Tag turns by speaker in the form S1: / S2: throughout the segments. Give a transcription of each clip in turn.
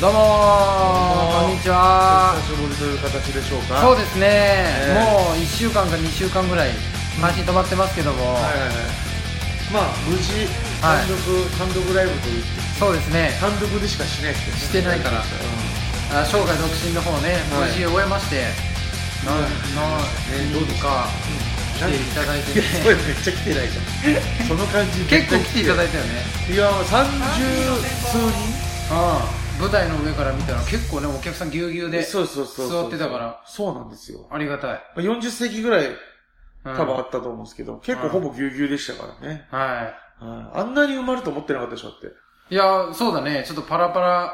S1: どうも
S2: こ
S1: ー
S2: んにちは
S1: お久しぶりという形でしょうか
S2: そうですね、
S1: ええ
S2: もう1週間か2週間ぐらい配信止まってますけども、
S1: はいはいはいまあ無事
S2: はい
S1: 単独、単独ライブという
S2: そうですね
S1: 単独でしかしないですけど
S2: してない
S1: ね
S2: から
S1: うん
S2: あ生涯独身の方ね
S1: はい
S2: 無事終えまして、な
S1: うん
S2: な
S1: ねどう
S2: ど
S1: で
S2: う
S1: す
S2: か来
S1: なん
S2: ていただいてね
S1: や声めっちゃ来てないじゃんその感じ
S2: 結構来ていただい
S1: て
S2: たよね
S1: いや三十数
S2: うん舞台の上から見たら結構ねお客さんぎゅうぎゅう
S1: 人
S2: で
S1: そうそうそうそう
S2: 座ってたから
S1: そうなんですよ
S2: ありがたい、
S1: まあ40席ぐらい
S2: うん
S1: 多分あったと思うんですけど、結構ほぼぎゅうぎゅうでしたからね、
S2: は
S1: はいあんなに埋まると思ってなかったでしょだって
S2: いいやそうだねちょっとパラパラ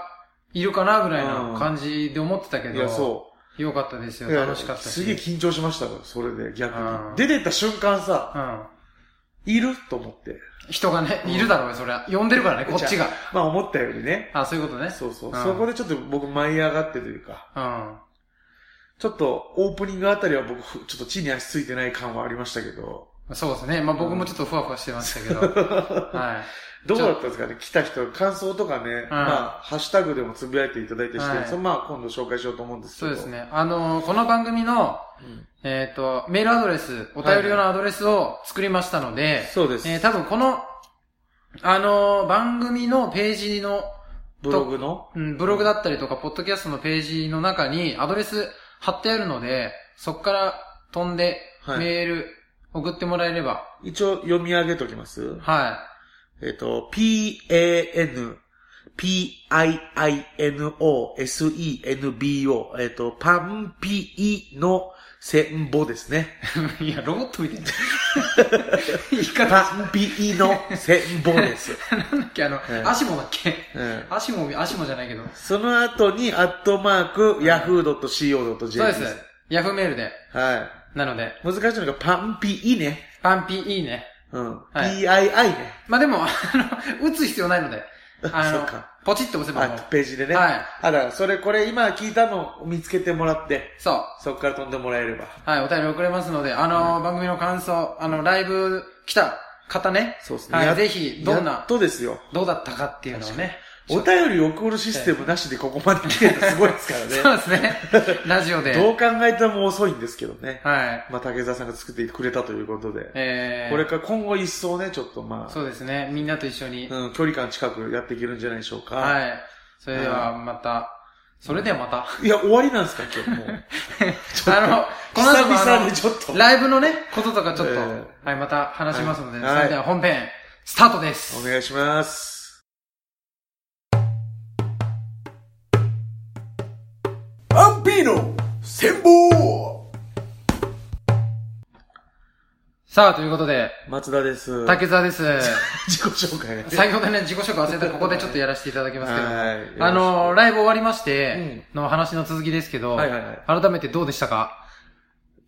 S2: いるかなぐらいの感じで思ってたけど、
S1: いや、そ
S2: よかったです
S1: う。
S2: よ楽しかったし
S1: すげえ緊張しましたから、それで、逆
S2: うん
S1: に。出てった瞬間さ、
S2: うん
S1: いると思って。
S2: 人がね、いるだろうね、そりゃ。呼んでるからね、こっちが。
S1: まあ、思ったよりね。
S2: あ、そういうことね。
S1: そうそ
S2: う
S1: う。
S2: ん
S1: そこでちょっと僕舞い上がってというか、
S2: うん。
S1: ちょっとオープニングあたりは僕、ふちょっと地に足ついてない感はありました けど、
S2: そうですね。まあ僕もちょっとふわふわしてましたけど。は
S1: どうだったんですかね来た人、感想とかね、まあ、ハッシュタグでもつぶやいていただいてして、
S2: はい
S1: そのまあ、今度紹介しようと思うんで
S2: い。
S1: すけ
S2: そう
S1: ど。
S2: ですね。あのーこの番組の、
S1: うん。
S2: えっ、と、メールアドレス、お便り用のアドレスを作りましたので、
S1: そうです。
S2: えー多分この、あのー番組のページの、
S1: ブログの
S2: うん、ブログだったりとか、ポッドキャストのページの中にアドレス貼ってあるので、そこから飛んで、
S1: はい
S2: メール送ってもらえれば、
S1: 一応読み上げときます
S2: はい。
S1: えっと、p-a-n, p-i-i-n-o-s-e-n-b-o、えっと、パンピイのせんぼですね。
S2: い や、ロボットみたいな。言い方
S1: パンピイのせんぼ です。
S2: なんだっけ、あの、
S1: ええ
S2: アシモだっけ
S1: うん
S2: アシモ、アシモじゃないけど。
S1: その後に、アットマーク、yahoo.co.jp。
S2: そうです。。ヤフーメールで。
S1: は
S2: なので、
S1: い。難しいのが、パンピイね。
S2: パンピいいね。
S1: うん。
S2: はい
S1: p-i-i ね。
S2: まあ、でも、あの、打つ必要ないので、あ
S1: そ
S2: の
S1: っか、
S2: ポチッと押せばも
S1: あ
S2: う。、
S1: ページでね。
S2: はい
S1: あ、だから、それ、これ、今聞いたのを見つけてもらって、
S2: そう。
S1: そこから飛んでもらえれば。
S2: はい、お便り送れますので、あの、番組の感想、あの、ライブ来た方ね。
S1: そうですね。
S2: は
S1: や
S2: い、
S1: っ
S2: ぜひ、どん
S1: やっ
S2: な、
S1: とですよ。
S2: どうだったかっていうのをね。
S1: お便り送るシステムなしでここまで来てるのすごいですか
S2: そ
S1: ら
S2: うですね。ラジオ
S1: ね。ど
S2: で。
S1: う考えても遅いんですけどね。
S2: はい。
S1: まあ、竹澤さんが作ってくれたということで。
S2: えー、
S1: これから今後一層ね、ちょっとまあ、
S2: そうですね。みんなと一緒に。
S1: うん、距離感近くやっていけるんじゃないでしょうか。
S2: はい。それではまた、それではまた。
S1: い。や、終わりなんですか、 今日もう。ちょっと
S2: あの、この後も
S1: 久
S2: あ
S1: 々
S2: の
S1: にちょっと。
S2: ライブのね、こととかちょっと、
S1: えー
S2: はい、また話しますので、
S1: はい
S2: それでは本編、スタートです。
S1: お願いします。
S3: アンピーの戦法
S2: さあ、ということで、
S1: 松田です。
S2: 竹澤です。
S1: 自己紹介ね。
S2: 先ほどね、自己紹介忘れたここでちょっとやらせていただきますけど、
S1: はい
S2: あの、ライブ終わりまして、の話の続きですけど、
S1: はいはいはい。
S2: 改めてどうでしたか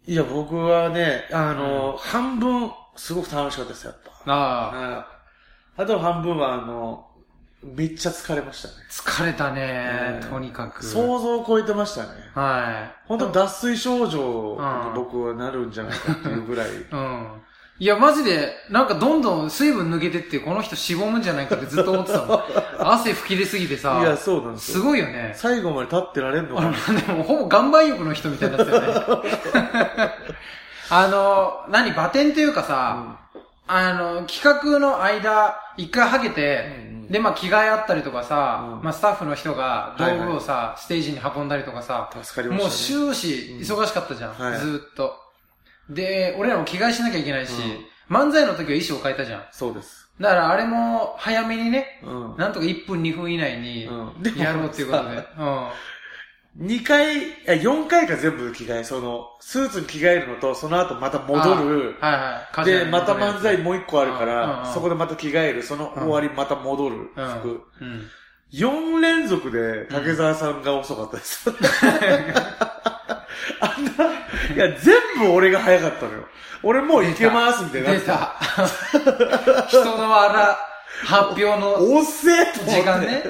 S1: いや、僕はね、あの、半分、すごく楽しかったです、やっぱ。
S2: ああ、
S1: はいあと半分は、あの、めっちゃ疲れましたね。
S2: 疲れたね、
S1: うん
S2: とにかく。
S1: 想像を超えてましたね。
S2: はい。
S1: 本当脱水症状
S2: うん
S1: に僕はなるんじゃないかっていう ぐらい。
S2: うん。いや、マジで、なんかどんどん水分抜けてって、この人しぼむんじゃないかってずっと思ってた の。汗吹き出すぎて
S1: いや、
S2: さ、
S1: そうなんです
S2: す
S1: よ。
S2: ごいよね。
S1: 最後まで立ってられんのかな。
S2: でも、ほぼ岩盤浴の人みたいになってた よね。あの、何、バテンというかさ、あの、企画の間、一回はげて、
S1: うんうん
S2: で、まあ、着替えあったりとかさ、
S1: うん
S2: まあ、スタッフの人が道具をさ、ステージに運んだりとかさ、
S1: 助かりま
S2: もう
S1: した
S2: 終
S1: ね。
S2: 始忙しかったじゃん、
S1: はい
S2: ずーっと。で、俺らも着替えしなきゃいけないし、
S1: う
S2: 漫才の時は衣装変えたじゃん。
S1: そうです。
S2: だからあれも早めにね、
S1: うん。
S2: なんとか1分2分以内に
S1: うんでも
S2: やろうっていうことで。うん。
S1: 2回、いや、4回か全部着替え、その、スーツに着替えるのと、その後また戻る。
S2: はいはいカジュア
S1: で、
S2: ルに
S1: また漫才もう1個あるか
S2: うんうんう
S1: ら、
S2: ん
S1: そこでまた着替える。その終わりまた戻る。
S2: うん
S1: 服。
S2: うん。
S1: 4連続で竹澤さんが遅かったです。 あんな、いや、全部俺が早かったのよ。俺もう行けますみたいにな
S2: 出
S1: って。
S2: た。人のあら、発表の
S1: おっせえと思っ
S2: 時
S1: て。
S2: 間ね。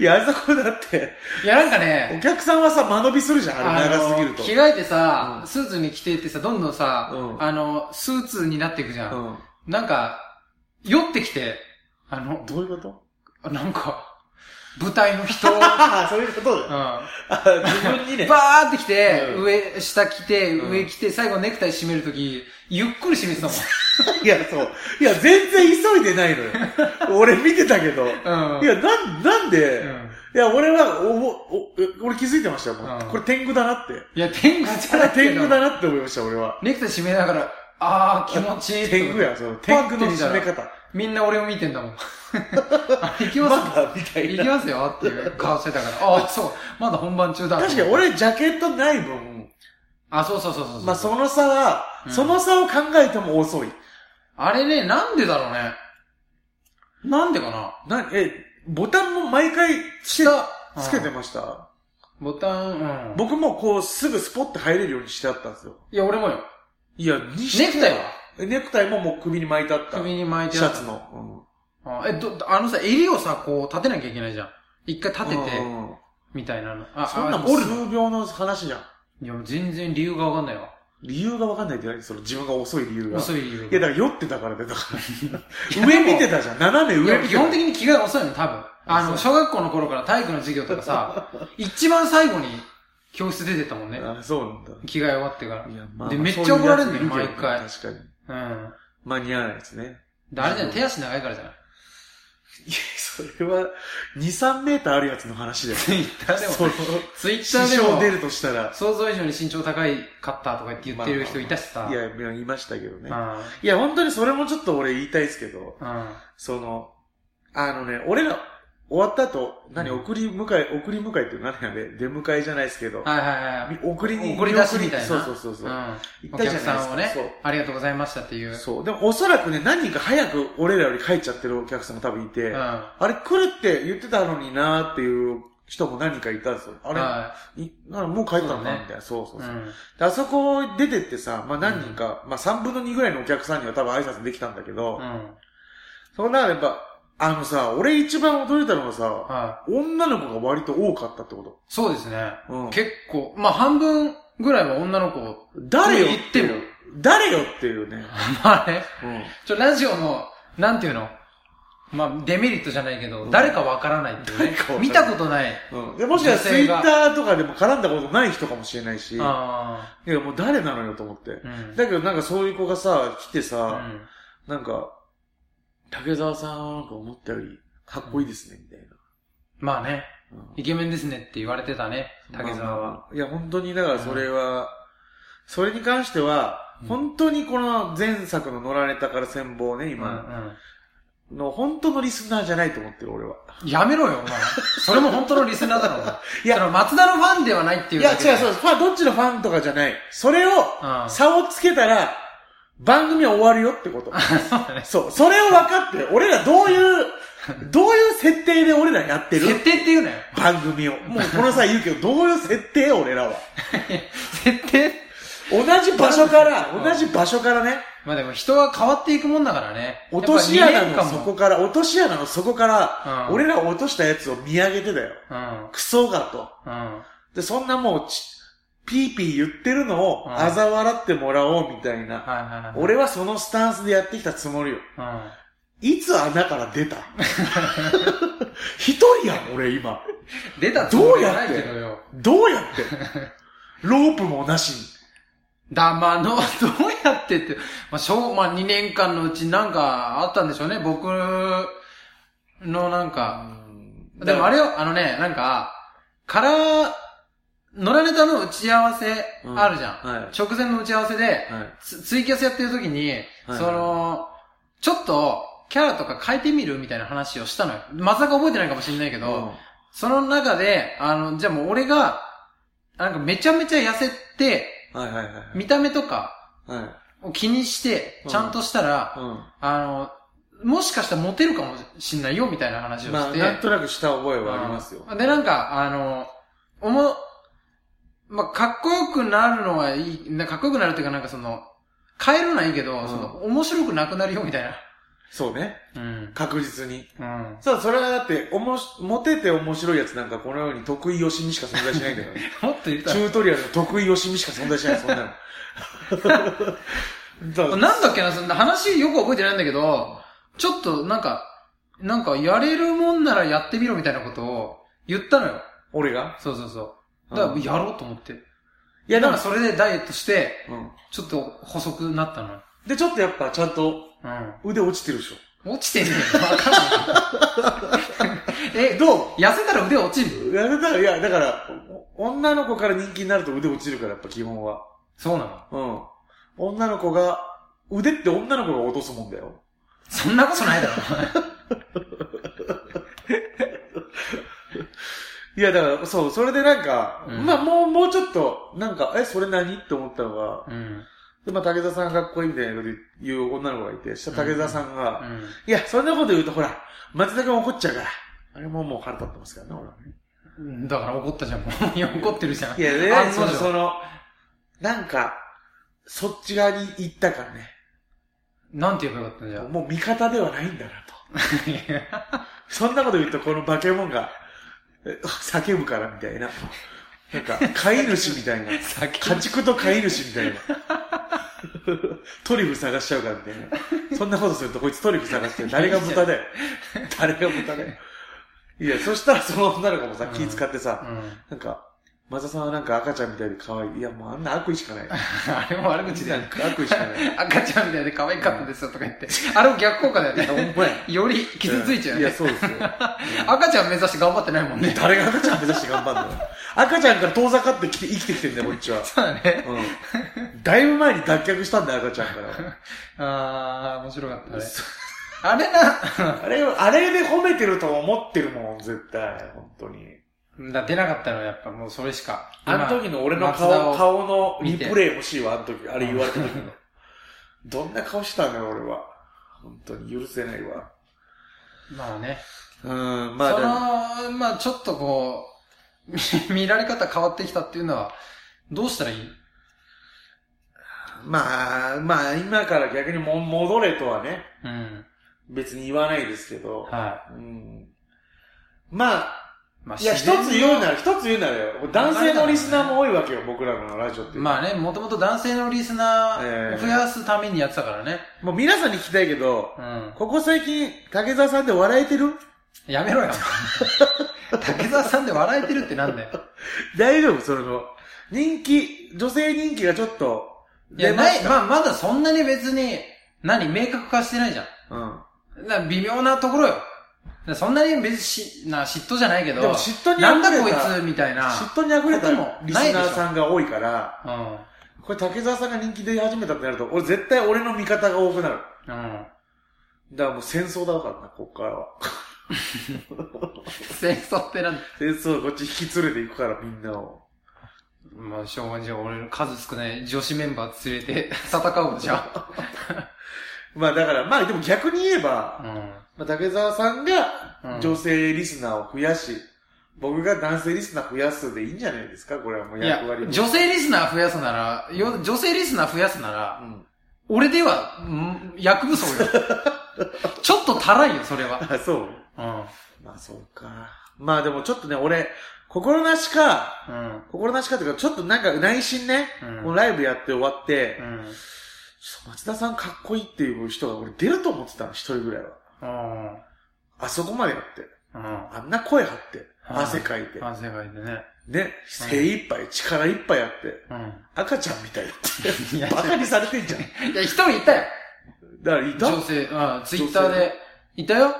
S1: いや、あそこだって、
S2: いやなんか
S1: お
S2: ね、
S1: 客さんはさ、間延びするじゃん、あれ長すぎる
S2: の
S1: と。
S2: 着替えてさ
S1: う、ん
S2: スーツに着ていってさ、どんどんさ
S1: う、ん
S2: あの、スーツになっていくじゃん。
S1: うん。
S2: なんか、酔ってきて、あの、
S1: どういうこと
S2: なんか、舞台の 人、うん、
S1: ああ、そういうことだよ。
S2: バ
S1: あ自分にね。
S2: ーって来て、
S1: うん
S2: 上、下来て、
S1: うん
S2: 上来て、最後ネクタイ締めるとき、ゆっくり締めてたもん。
S1: いや、そう。いや、全然急いでないのよ。俺見てたけど。
S2: うん
S1: いや、なん、なんで、
S2: うん
S1: いや、俺は、おも、お、俺気づいてましたよ、もう
S2: うん
S1: これ天狗だなって。
S2: いや、天狗じゃ
S1: これ
S2: なくて
S1: 天狗だなって思いました、俺は。
S2: ネクタイ締めながら、あー気持ちいい。
S1: 天狗や、そう。天狗の締め。方。
S2: みんな俺を見てんだ もん。あ行き
S1: ま
S2: ます
S1: だみたい
S2: 行
S1: な
S2: き。ますよっていう顔してたから。ああ、そう。まだ本番中だ。
S1: 確かに。俺、ジャケットない分、
S2: あ、そうそうそうそうそう。
S1: まあ、その差は、
S2: うん
S1: その差を考えても遅い。
S2: あれね、なんでだろうね。なんでかな
S1: な、え、ボタンも毎回つけ、
S2: 下、
S1: つけて
S2: うん
S1: ました。
S2: ボタン、うん。
S1: 僕もこう、すぐスポッと入れるようにしてあったんですよ。
S2: いや、俺もよ。
S1: いや、にして
S2: ネクタイは
S1: ネクタイももう首に巻いてあった。
S2: 首に巻いて
S1: シ
S2: あ
S1: ャ
S2: る
S1: ツの。
S2: あえ、ど、あのさ、襟をさ、こう、立てなきゃいけないじゃん。一回立
S1: うん
S2: てて、
S1: うん
S2: みたいなの。あ、
S1: そんな
S2: あ、
S1: も
S2: 折
S1: う
S2: るの。
S1: 数秒の話じゃん。
S2: いや、全然理由がわかんないわ。
S1: 理由がわかんないって何その自分が遅い理由が。
S2: 遅い理由
S1: いや、
S2: が。
S1: だから酔ってたからね、だから。
S2: いやで
S1: 上
S2: も
S1: 見てたじゃん。斜め
S2: いや
S1: 上
S2: っぱ
S1: 見て
S2: 基
S1: た。
S2: 本的に着替えが遅いの、多分。あの、小学校の頃から体育の授業とか さ、一番最後に教室出てったもんね。
S1: あ、そうなんだ。
S2: 着替え終わってか
S1: いや、
S2: でめっちゃ怒られんのよ
S1: そういうやついけど
S2: 毎回
S1: 確かに。
S2: ら。うん。
S1: 間に合わないですね。
S2: だあれじゃない手足長いからじゃ ない
S1: いや、それは、2、3メーターあるやつの話だよ。
S2: ツイッターでも
S1: そ、の、
S2: ツイッターで
S1: 師匠出
S2: も、
S1: るとしたら。
S2: 想像以上に身長高いかったとか言って言ってる人いたしさ。
S1: いや、いや言いましたけどね。
S2: ま
S1: いや、本当にそれもちょっと俺言いたいですけど。
S2: あ、
S1: その、あのね、俺ら終わった後、何、
S2: うん
S1: 送り迎え、送り迎えっていうの何やで、出迎えじゃないですけど
S2: うん。、はいはいはい。
S1: 送りに、
S2: 送り出しみたいな
S1: そうそうそうそうう。
S2: ん。
S1: 行
S2: お
S1: ったじ
S2: 客
S1: ゃ
S2: さ
S1: ないです
S2: ん
S1: か
S2: をね
S1: そう、
S2: ありがとうございましたっていう。う
S1: そう。でもおそらくね、何人か早く俺らより帰っちゃってるお客さんも多分いて、
S2: ん。
S1: あ
S2: は
S1: れ来るって言ってたのになーっていう人も何人かいたんですよ。
S2: い。
S1: あれ、いなんかもう帰った
S2: そ
S1: の
S2: うだ
S1: か
S2: ね
S1: みたいな。そうそう
S2: う
S1: そう。
S2: ん。
S1: であそこ出てってさ、まあ何人か、まあ3分の2ぐらいのお客さんには多分挨拶できたんだけど、
S2: うん。
S1: その中でやっぱ、あのさ、俺一番驚いたのがさ、
S2: はい。
S1: 女の子が割と多かったってこ
S2: そうですね。
S1: と。うん
S2: 結構、まあ半分ぐらいは女の子、
S1: 誰よ
S2: 言っても。
S1: 誰よっていうね。
S2: まあね、
S1: うん。
S2: ちょ、ラジオの、なんていうのまあ、デメリットじゃないけど、
S1: うん
S2: 誰かわからないっていう
S1: 誰
S2: ね
S1: かわから。ない
S2: 見たことない。
S1: うん、でもしかしたらツイ
S2: 女性
S1: ッ
S2: が
S1: ターとかでも絡んだことない人かもしれないし、いや
S2: あ
S1: もう誰なのよと思って
S2: あ。。うん。
S1: だけどなんかそういう子がさ、来て
S2: う
S1: さ、
S2: ん
S1: なんか、竹澤さんはなんか思ったよりかっこいいですね、みたい
S2: まあね、
S1: な。うん
S2: イケメンですねって言われてたね、竹
S1: まあ
S2: 沢
S1: まあ
S2: は。
S1: まあいや、本当にだからそれは、それに関しては、
S2: うん
S1: 本当にこの前作の乗られたから戦望ね、今、
S2: うん
S1: の本当のリスナーじゃないと思ってる、俺は。
S2: うん。やめろよ、お前。それも本当のリスナーだろ、お前。
S1: い
S2: い
S1: や
S2: や、その松田のファンではないっていう
S1: い
S2: だ
S1: や、
S2: けで。
S1: 違う、そう、ファン、どっちのファンとかじゃない。それを、
S2: うん。
S1: 差をつけたら、番組は終わるよってこと。
S2: そうだね。
S1: そう、それを分かって、俺らどう いう、どういう設定で俺らやって
S2: 設
S1: る
S2: 定って言うなよ。
S1: 番組を。もうこの際言うけど、 どういう設定俺らは。
S2: 設定
S1: 同じ場所から、
S2: うん
S1: 同じ場所からね、
S2: まあでも人は変わっていくもんだからね。
S1: 落とし
S2: やっぱ
S1: 穴の
S2: 二年間も
S1: 底から、落とし穴の底から、
S2: うん
S1: 俺らを落としたやつを見上げてだよ。
S2: うん。
S1: クソがと。
S2: うん。
S1: で、そんなもうち、ピーピー言ってるのを、
S2: うん
S1: 嘲笑ってもらおうみたいな。
S2: はいはいはい。
S1: 俺はそのスタンスでやってきたつもりよ。
S2: うん。
S1: いつ穴から 出た一人やん、俺今。
S2: 出た
S1: どう
S2: じ
S1: や
S2: ゃ
S1: っ
S2: ない
S1: て
S2: けどよ。
S1: どうやってロープもなしに。
S2: だ、まあの、どうやってって、まあ、しょう、まあ、2年間のうちなんかあったんでしょうね、僕のなんか。でもあ
S1: れ
S2: れよ、あのね、なんか、から、野良ネタの打ち合わせあるじゃん。
S1: はい。
S2: 直前の打ち合わせで、
S1: はい。
S2: ツツイキャスやってる時に、
S1: はい
S2: その、ちょっと、キャラとか変えてみるみたいな話をしたのよ。まさか覚えてないかもしれないけど、その中で、あの、じゃあもう俺が、なんかめちゃめちゃ痩せて、
S1: うんはいはいはい
S2: 見た目とか
S1: はい。
S2: を気にして
S1: う、ん
S2: ちゃんとしたら、
S1: は
S2: あの、もしかしたらモテるかもしんないよ、みたいな話
S1: い。
S2: を
S1: ま
S2: し
S1: あ、
S2: て。
S1: なんとなくした覚えはありますよ。
S2: で、なんか、あの、おも、まあ、かっこよくなるのはいい、なかっこよくなるっていうか、なんかその、変えるのはいいけど、
S1: うん
S2: その、面白くなくなるよ、みたいな。
S1: そうね。
S2: うん。
S1: 確実に。
S2: うん。
S1: そう、それはだって、おもし、モテて面白いやつなんかこのように得意よしみしか存在しないん だから。
S2: もっと言った
S1: チュートリアルの得意よしみしか存在しない、そんなの。だ
S2: ら。なんだっけな、そんな話よく覚えてないんだけど、ちょっとなんか、なんかやれるもんならやってみろみたいなことを言ったのよ。
S1: 俺が
S2: そうそうそう。だから
S1: うん
S2: やろうと思って。
S1: い
S2: だ
S1: や、で
S2: か
S1: も
S2: ら、それでダイエットして、
S1: うん。
S2: ちょっと細くなったのよ。
S1: で、ちょっとやっぱちゃんと腕落ちてるでしょ。
S2: うん。落ちてんねん。わかんない。え、どう痩せたら腕落ちる
S1: やれたら、いや、だから、お女の子から人気になると腕落ちるから、やっぱ基本は。
S2: そうなの
S1: うん。女の子が、腕って女の子が落とすもんだよ。
S2: そんなことないだろ。
S1: いや、だから、そう、それでなんか、
S2: うん
S1: まあ、もう、もうちょっと、なんか、え、それ何って思ったのが、
S2: うん。うん。
S1: で、まあ、竹田さんがかっこいいみたいなこと言う女の子がいて、したら竹田さんが、
S2: うん
S1: いや、そんなこと言うと、ほら、松田君怒っちゃうから。あれももう腹立ってますからね、俺はね。
S2: だから怒ったじゃん、 もう。いや、怒ってるじゃん。
S1: いや、ね、
S2: あ
S1: その、
S2: そう
S1: その、なんか、そっち側に行ったからね。
S2: なんて言えばよかったんじゃん。
S1: もう味方ではないんだなと。そんなこと言うと、この化け物が、え叫ぶからみたいな。なんか、飼い主みたいな。
S2: 先
S1: 家畜と飼い主みたいな。トリュフ探しちゃうからみたいな。そんなことすると、こいつトリュフ探して、誰が豚だよ。誰が豚だよ。いや、そしたらその女の子もさ、
S2: うん
S1: 気使っ て
S2: う
S1: さ、
S2: ん。
S1: なんか、マザさんはなんか赤ちゃんみたいで可愛い。いや、もうあんな 悪意しかない。
S2: あれも悪口だよ。
S1: 悪意しかない。
S2: 赤ちゃんみたいで可愛かったですよとか言って。あれも逆効果だよ
S1: ほん
S2: ね。
S1: ま や。
S2: より傷ついちゃう
S1: い
S2: よ
S1: や、
S2: ね。
S1: そうですよ。
S2: 赤ちゃん目指して頑張ってないもんね。
S1: 誰が赤ちゃん目指して頑張るんだよ。赤ちゃんから遠ざかってきて生きてきてんだよ、こっちは。
S2: そうだね。
S1: うん。だいぶ前に脱却したんだよ、赤ちゃんから。
S2: あー、面白かったね。あれな、
S1: あれ、あれで褒めてると思ってるもん、絶対。本当に。
S2: うんだ出なかったのやっぱもうそれしか。
S1: あの時の俺の
S2: 松田
S1: 顔、
S2: を
S1: 顔のリ
S2: 見て
S1: プレイ欲しいわ、あの時。あれ言われた時の。どんな顔したんだよ、俺は。本当に許せないわ。
S2: まあね。
S1: うん、まあ
S2: そ
S1: でも、
S2: の、まあちょっとこう、 見見られ方変わってきたっていうのは、どうしたらいい
S1: まあ、まあ、今から逆にも戻れとはね、
S2: うん。
S1: 別に言わないですけど。
S2: は
S1: うん。まあ、
S2: い。まあ
S1: いや、一
S2: 自然
S1: つ
S2: に
S1: 言うなら、一つ言うならよ。男性のリスナーも多いわけよ、僕らのラジオって。
S2: まあね、もともと男性のリスナーを増やすためにやってたからね。
S1: もう皆さんに聞きたいけど、ここ最近、竹澤さんで笑えてる
S2: うん。やめ ろよ。竹澤さんで笑えてるってなんだよ。
S1: 大丈夫その、人気、女性人気がちょっと、
S2: いや、
S1: 出ま
S2: ない、
S1: した
S2: まあまだそんなに別に、何、明確化してないじゃん。だから微妙なところよ。だからそんなに別にし、な、嫉妬じゃないけ
S1: う
S2: ど、
S1: ん。でも嫉妬に
S2: なん
S1: 溢
S2: だ
S1: れ
S2: こい
S1: た、
S2: つみたいな。
S1: 嫉妬に溢れた
S2: ことも
S1: リス
S2: ないでしょ
S1: ナーさんが多いから、
S2: うん。
S1: これ竹澤さんが人気出始めたってなると、俺絶対俺の味方が多くなる。
S2: うん。
S1: だからもう戦争だからな、こっからは。
S2: 戦争ってなんだ。
S1: 戦争こっち引き連れていくから、みんなを。
S2: まあ、しょうがないじゃん。俺の数少ない女子メンバー連れ て戦おうじゃん。
S1: まあだから、まあでも逆に言えば、
S2: うん。
S1: まあ、竹澤さんが
S2: うん
S1: 女性リスナーを増やし、僕が男性リスナー増やすでいいんじゃないですかこれはもう
S2: いや
S1: 役、割も
S2: 女性リスナー増やすなら、よ女性リスナー増やすなら
S1: う、ん。
S2: 俺では、ん役不足 よ。ちょっとたらいよ、それは。
S1: あ、そう
S2: うん。
S1: まあそうか。まあでもちょっとね、俺、心なしか、
S2: うん。
S1: 心なしかというか、ちょっとなんか内心ね、
S2: うん
S1: このライブやって終わっ
S2: う
S1: て、ちょ
S2: ん。
S1: っと松田さんかっこいいっていう人が俺出ると思ってたの、一人ぐらいは。
S2: うん。
S1: あそこまでやって、
S2: うん。
S1: あんな声張って、
S2: はい
S1: 汗かいて、
S2: 汗かいてね。
S1: ね、精一杯、力いっぱいやって、
S2: うん。
S1: 赤ちゃんみたいだっ て。
S2: いや、
S1: バカにされてんじゃん。
S2: いや、一人いたよ。
S1: だからいた
S2: 女性、うん、ツイッターで、いたよ。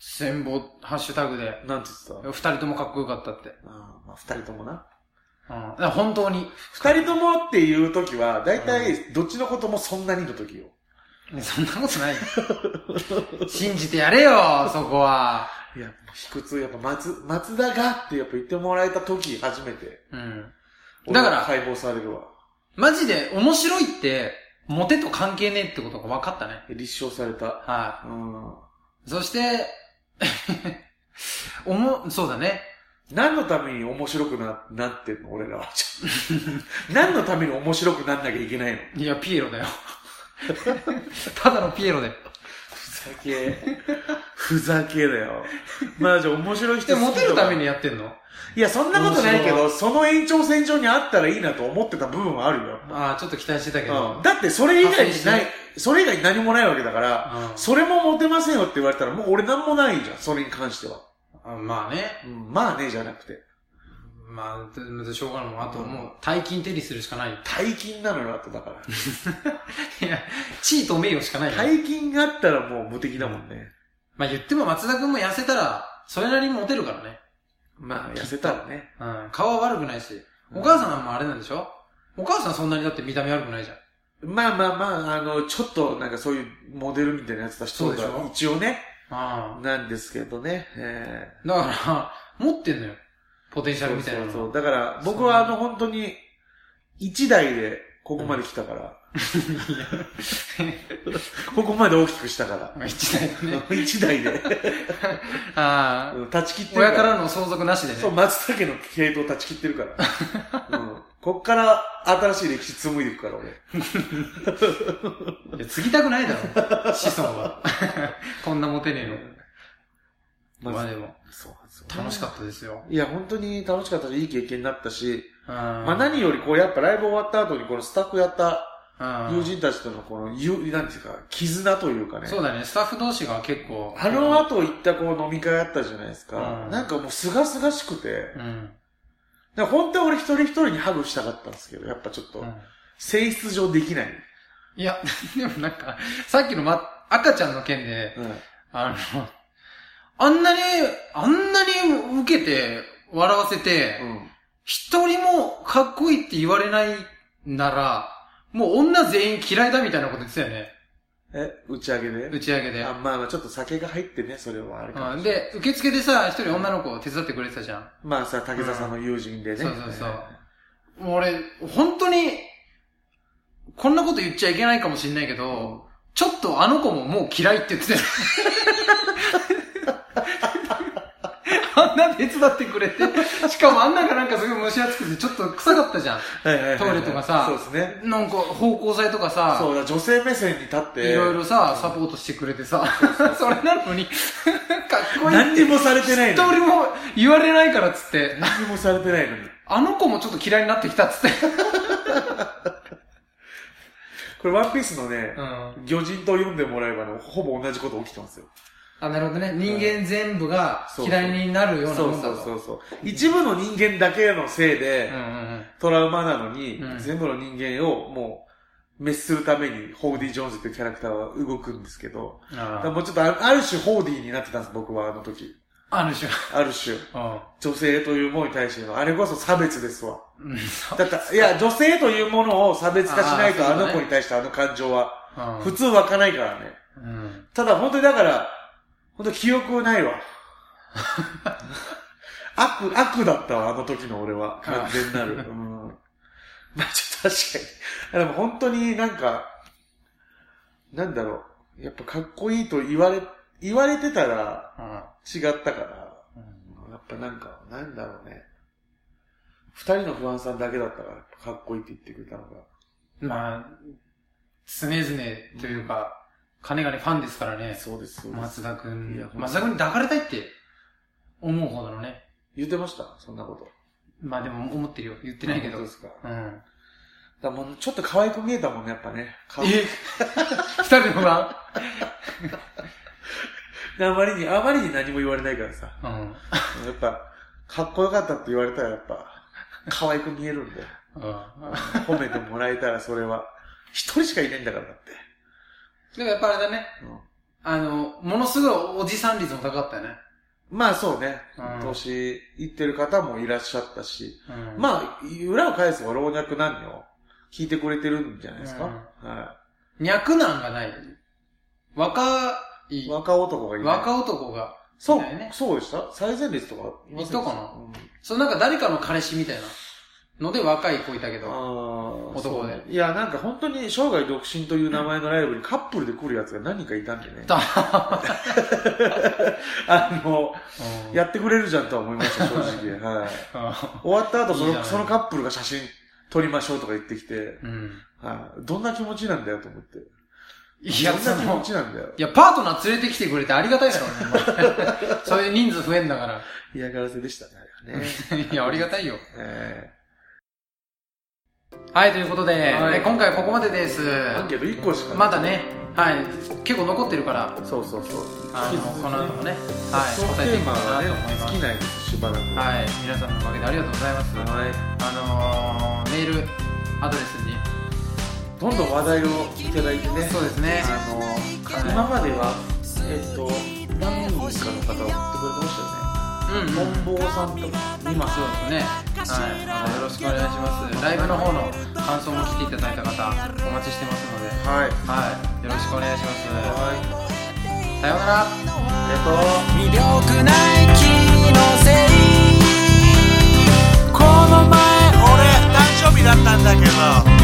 S2: 戦望、ハッシュタグで。
S1: なんて言ってた
S2: 二人ともかっこよかったって。
S1: あまあ、二人ともな。
S2: うん。だから本当に。
S1: 二人ともっていう時は、だいたいどっちのこともそんなにの時よ。
S2: そんなことないよ。信じてやれよ、そこは。
S1: いや、卑屈、やっぱ松、松田がってやっぱ言ってもらえた時初めて。
S2: うん。
S1: 俺は
S2: だから
S1: 解放されるわ。
S2: マジで面白いって、モテと関係ねえってことが分かったね。
S1: 立証された。
S2: は
S1: うん。
S2: い。そして、 おも、そうだね。
S1: 何のために面白くな、なってんの俺 らは。ちょ何のために面白くなんなきゃいけないの
S2: いや、ピ エロだよ。ただのピエロで。
S1: ふざけ。ふ ふざけだよ。まあじゃあ面白い人
S2: で、
S1: 好
S2: モ
S1: きとか
S2: テるためにやってんの
S1: いや、そんなことないけ
S2: 面
S1: ど、その延長線上にあったらいいなと思ってた部分はあるよ。
S2: ああ、ちょっと期待してたけ
S1: う
S2: ど
S1: ん。。だってそれ以外にな
S2: 派生
S1: い
S2: し、
S1: それ以外に何もないわけだから、
S2: う
S1: それもモテませんよって言われたら、もう俺何もないじゃん、それに関しては。
S2: んあ。まあね。
S1: うん、まあね、じゃなくて。
S2: まあ、でもしょうがないもん。あともう、大金手にするしかない。
S1: 大金なのよ、あとだから。
S2: いや、地位と名誉しかないよ。
S1: 大金があったらもう無敵だもんね。
S2: まあ言っても松田くんも痩せたら、それなりにモテるからね。
S1: まあ、痩せたらね。
S2: うん。顔は悪くないし。
S1: うん
S2: お母さんもあれなんでしょお母さんそんなにだって見た目悪くないじゃん。
S1: まあまあまあ、あの、ちょっとなんかそういうモデルみたいなやつだし、
S2: そうでしょ
S1: が一応ね、
S2: あ
S1: なんですけどね。え
S2: あ。だから、持ってんのよ。ポテン
S1: ー
S2: シャルみたいなの。
S1: そうそうそうだから、僕はあの、本当に、一台でここまで来たから、 ここまで大きくしたから。
S2: まあ一台で ね。
S1: 一台で、
S2: ああ。
S1: うん断ち切ってる
S2: 親からの相続なしでね。
S1: そう、松茸の系統断ち切ってる から。うん。こっから新しい歴史紡いでいくから、俺。
S2: いや継ぎたくないだろ。子孫は。 こんなモテねえの。まあでも、
S1: そうなんですよ
S2: 楽しかったですよ。
S1: いや、本当に楽しかったし、いい経験になったし、ま
S2: ま
S1: あ何よりこう、やっぱライブ終わった後に、このスタッフやった
S2: 何
S1: 友人たちとのこの、ゆなんていうか、絆というかね。
S2: そうだね、スタッフ同士が結構。
S1: あの後行ったこう飲み会あったじゃないですか。
S2: うん
S1: なんかもうすがすがしくて、
S2: うん。
S1: なんか本当は俺一人一人にハグしたかったんですけど、やっぱちょっと
S2: う、ん
S1: 性質上できない。
S2: いや、 でもなんか、さっきのま、赤ちゃんの件で、
S1: うん
S2: あの、あんなに、あんなに受けて、笑わせて、
S1: うん
S2: 一人もかっこいいって言われないなら、もう女全員嫌いだみたいなこと言ってたよね。
S1: え、打ち上げで
S2: 打ち上げで
S1: あ。まあまあちょっと酒が入ってね、それはあれかも
S2: うん
S1: しれない
S2: で、受付でさ、一人女の子を手伝ってくれてたじゃん。
S1: まあさ、竹田さんの友人でね。
S2: そうそうそうもう俺、本当に、こんなこと言っちゃいけないかもしんないけど、ちょっとあの子ももう嫌いって言ってたよ。 あんな手伝ってくれて、しかもあんながなんかすごい蒸し暑くてちょっと臭かったじゃん。
S1: はいはいはいはい
S2: トイレとかさ
S1: そうですね。
S2: なんか方向剤とか
S1: そ
S2: さ、
S1: うだ、女性目線に立って。
S2: いろいろさ、サポートしてくれてさ、それなのに、かっこいい
S1: 何
S2: って
S1: にもされてない
S2: 一
S1: のに。
S2: 人も言われないからっつって、
S1: 何にもされてないのに。
S2: あの子もちょっと嫌いになってきたっつって。
S1: これワンピースのね
S2: う、ん
S1: 魚人と読んでもらえばね、ほぼ同じこと起きてますよ。
S2: あ、なるほどね。人間全部が嫌いになるような
S1: そ
S2: も
S1: うん
S2: だ
S1: そ
S2: と。
S1: うそうそう。一部の人間だけのせいで
S2: うん、うんうん。
S1: トラウマなのに
S2: う、ん
S1: 全部の人間をもう、滅するために、ホーディ・ジョーンズっていうキャラクターは動くんですけど、だから
S2: あ
S1: もうちょっとあある種ホーディーになってたんです、僕はあの時。
S2: る種。
S1: ある種、女性というものに対しての、あれこそ差別ですわ。
S2: うん。
S1: だって、いや、女性というものを差別化しないと、
S2: あー
S1: あ
S2: そうだね
S1: の子に対してあの感情は、
S2: うん
S1: 普通湧かないからね。
S2: うん。
S1: ただ、本当にだから、本当記憶な いわ。悪、悪だったわ、あの時の俺は。完全なる。うん。まあ、ちょっと確かに。でも本当になんか、なんだろう。やっぱかっこいいと言われ、言われてたら、
S2: うん
S1: 違ったから、やっぱなんか、なんだろうね。二人の不安さんだけだったから、やっぱかっこいいって言ってくれたのが。
S2: まあ、常々というか、金がね、ファンですからね。
S1: そうです、そうです。
S2: 松田く
S1: いや
S2: ん
S1: ほん。と
S2: 松田くんに抱かれたいって思うほどのね。
S1: 言ってましたそんなこと。言っ
S2: まあでも思ってるよ。言ってないけど。う
S1: で
S2: ん。
S1: すか。だか
S2: え
S1: らもうちょっと可愛く見えたもんね、やっぱね。顔
S2: 二人の不安
S1: あまりに、あまりに何も言われないからさ。
S2: うん。
S1: やっぱ、かっこよかったって言われたらやっぱ、可愛く見えるんで。
S2: うん。
S1: 褒めてもらえたらそれは。一人しかいないんだからだって。
S2: でもやっぱあれだね。
S1: うん
S2: あの、ものすごいおじさん率も高かったよね。
S1: まあそうね
S2: うん。
S1: 年いってる方もいらっしゃったし。
S2: うん。
S1: まあ、裏を返せば老若男女、聞いてくれてるんじゃないですか。は
S2: 脈なんがない。若い
S1: い。、若男がいない。
S2: 若男が、
S1: そう、
S2: いないね
S1: そうでした最前列とかいません
S2: いたかな
S1: うん
S2: そのなんか誰かの彼氏みたいなので若い子いたけ
S1: あ
S2: ど、
S1: ー
S2: 男で
S1: そうねいや、なんか本当に生涯独身という名前のライブにカップルで来るやつが何人かいたんでね。
S2: だ
S1: あの、
S2: うん
S1: やってくれるじゃんとは思いました、正直。はい。
S2: う
S1: 終わった後、そ
S2: いいじゃない
S1: のそのカップルが写真撮りましょうとか言ってきて、
S2: ん。
S1: はい。どんな気持ちなんだよと思って。
S2: いや、
S1: そ
S2: そ
S1: んな気持
S2: の、
S1: ちなんだよ。
S2: いや、パートナー連れてきてくれてありがたいだろうねお前。そういう人数増えんだか
S1: 嫌がらせでしたね、あれはね。
S2: ら。 いや、ありがたいよ。
S1: え
S2: はい、ということで、
S1: はい
S2: え今回はここまでです。
S1: えアンケート1個しかない。
S2: まだね、はい、結構残ってるから、
S1: そうそうそう。
S2: あの、この後もね、
S1: そ
S2: はい、
S1: のテ
S2: 答えてい
S1: ー
S2: こう
S1: マ
S2: か
S1: は
S2: な
S1: ね
S2: と思い、ま
S1: 尽
S2: す
S1: き。ないです、しばらく。は
S2: はい、皆さんのおかげでありがとうございます。
S1: い。
S2: あのー、メールアドレスに、
S1: どんどん話題をいただいてね。
S2: そうですね。
S1: あの、今までは、えっと、何人かの方を送ってくれてました
S2: うん、うん、
S1: よね。本坊さんとか、今
S2: そうですね。はい、あのよろしくお願いします。ライブの方の感想も来ていただいた方、お待ちしてますので、
S1: はい。
S2: はい、よろしくお願いしま
S1: はい。
S2: す。さようなら。
S1: ありがとう。
S4: 魅力ない気のせいこの前俺誕生日だったんだけど